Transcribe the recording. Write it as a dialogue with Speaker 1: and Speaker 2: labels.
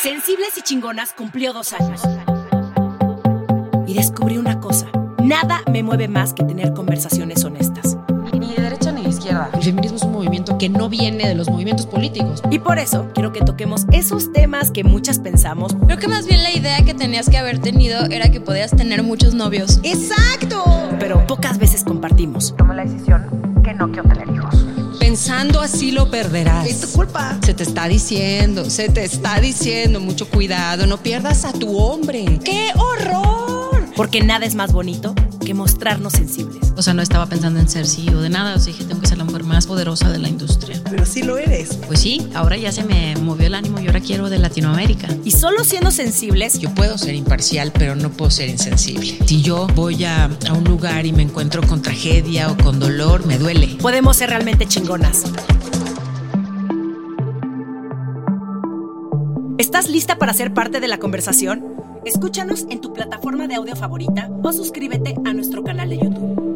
Speaker 1: Sensibles y chingonas cumplió dos años. Y descubrí una cosa. Nada me mueve más que tener conversaciones honestas.
Speaker 2: Ni de derecha ni de izquierda.
Speaker 3: El feminismo es un movimiento que no viene de los movimientos políticos.
Speaker 1: Y por eso quiero que toquemos esos temas que muchas pensamos.
Speaker 4: Creo que más bien la idea que tenías que haber tenido era que podías tener muchos novios.
Speaker 1: ¡Exacto! Pero pocas veces compartimos.
Speaker 2: Tomé la decisión que no quiero tener hijos.
Speaker 3: Pensando así lo perderás.
Speaker 2: Es tu culpa.
Speaker 3: Se te está diciendo, se te está diciendo, mucho cuidado, no pierdas a tu hombre. ¡Qué horror!
Speaker 1: Porque nada es más bonito que mostrarnos sensibles.
Speaker 5: O sea, no estaba pensando en ser CEO de nada, o sea, dije, tengo que ser la mujer más poderosa de la industria.
Speaker 2: Pero sí lo eres.
Speaker 5: Pues sí, ahora ya se me movió el ánimo y ahora quiero de Latinoamérica.
Speaker 1: Y solo siendo sensibles,
Speaker 3: Yo puedo ser imparcial, pero no puedo ser insensible. Si yo voy a, a un lugar y me encuentro con tragedia o con dolor, me duele.
Speaker 1: podemos ser realmente chingonas. ¿Estás lista para ser parte de la conversación? Escúchanos en tu plataforma de audio favorita o suscríbete a nuestro canal de YouTube.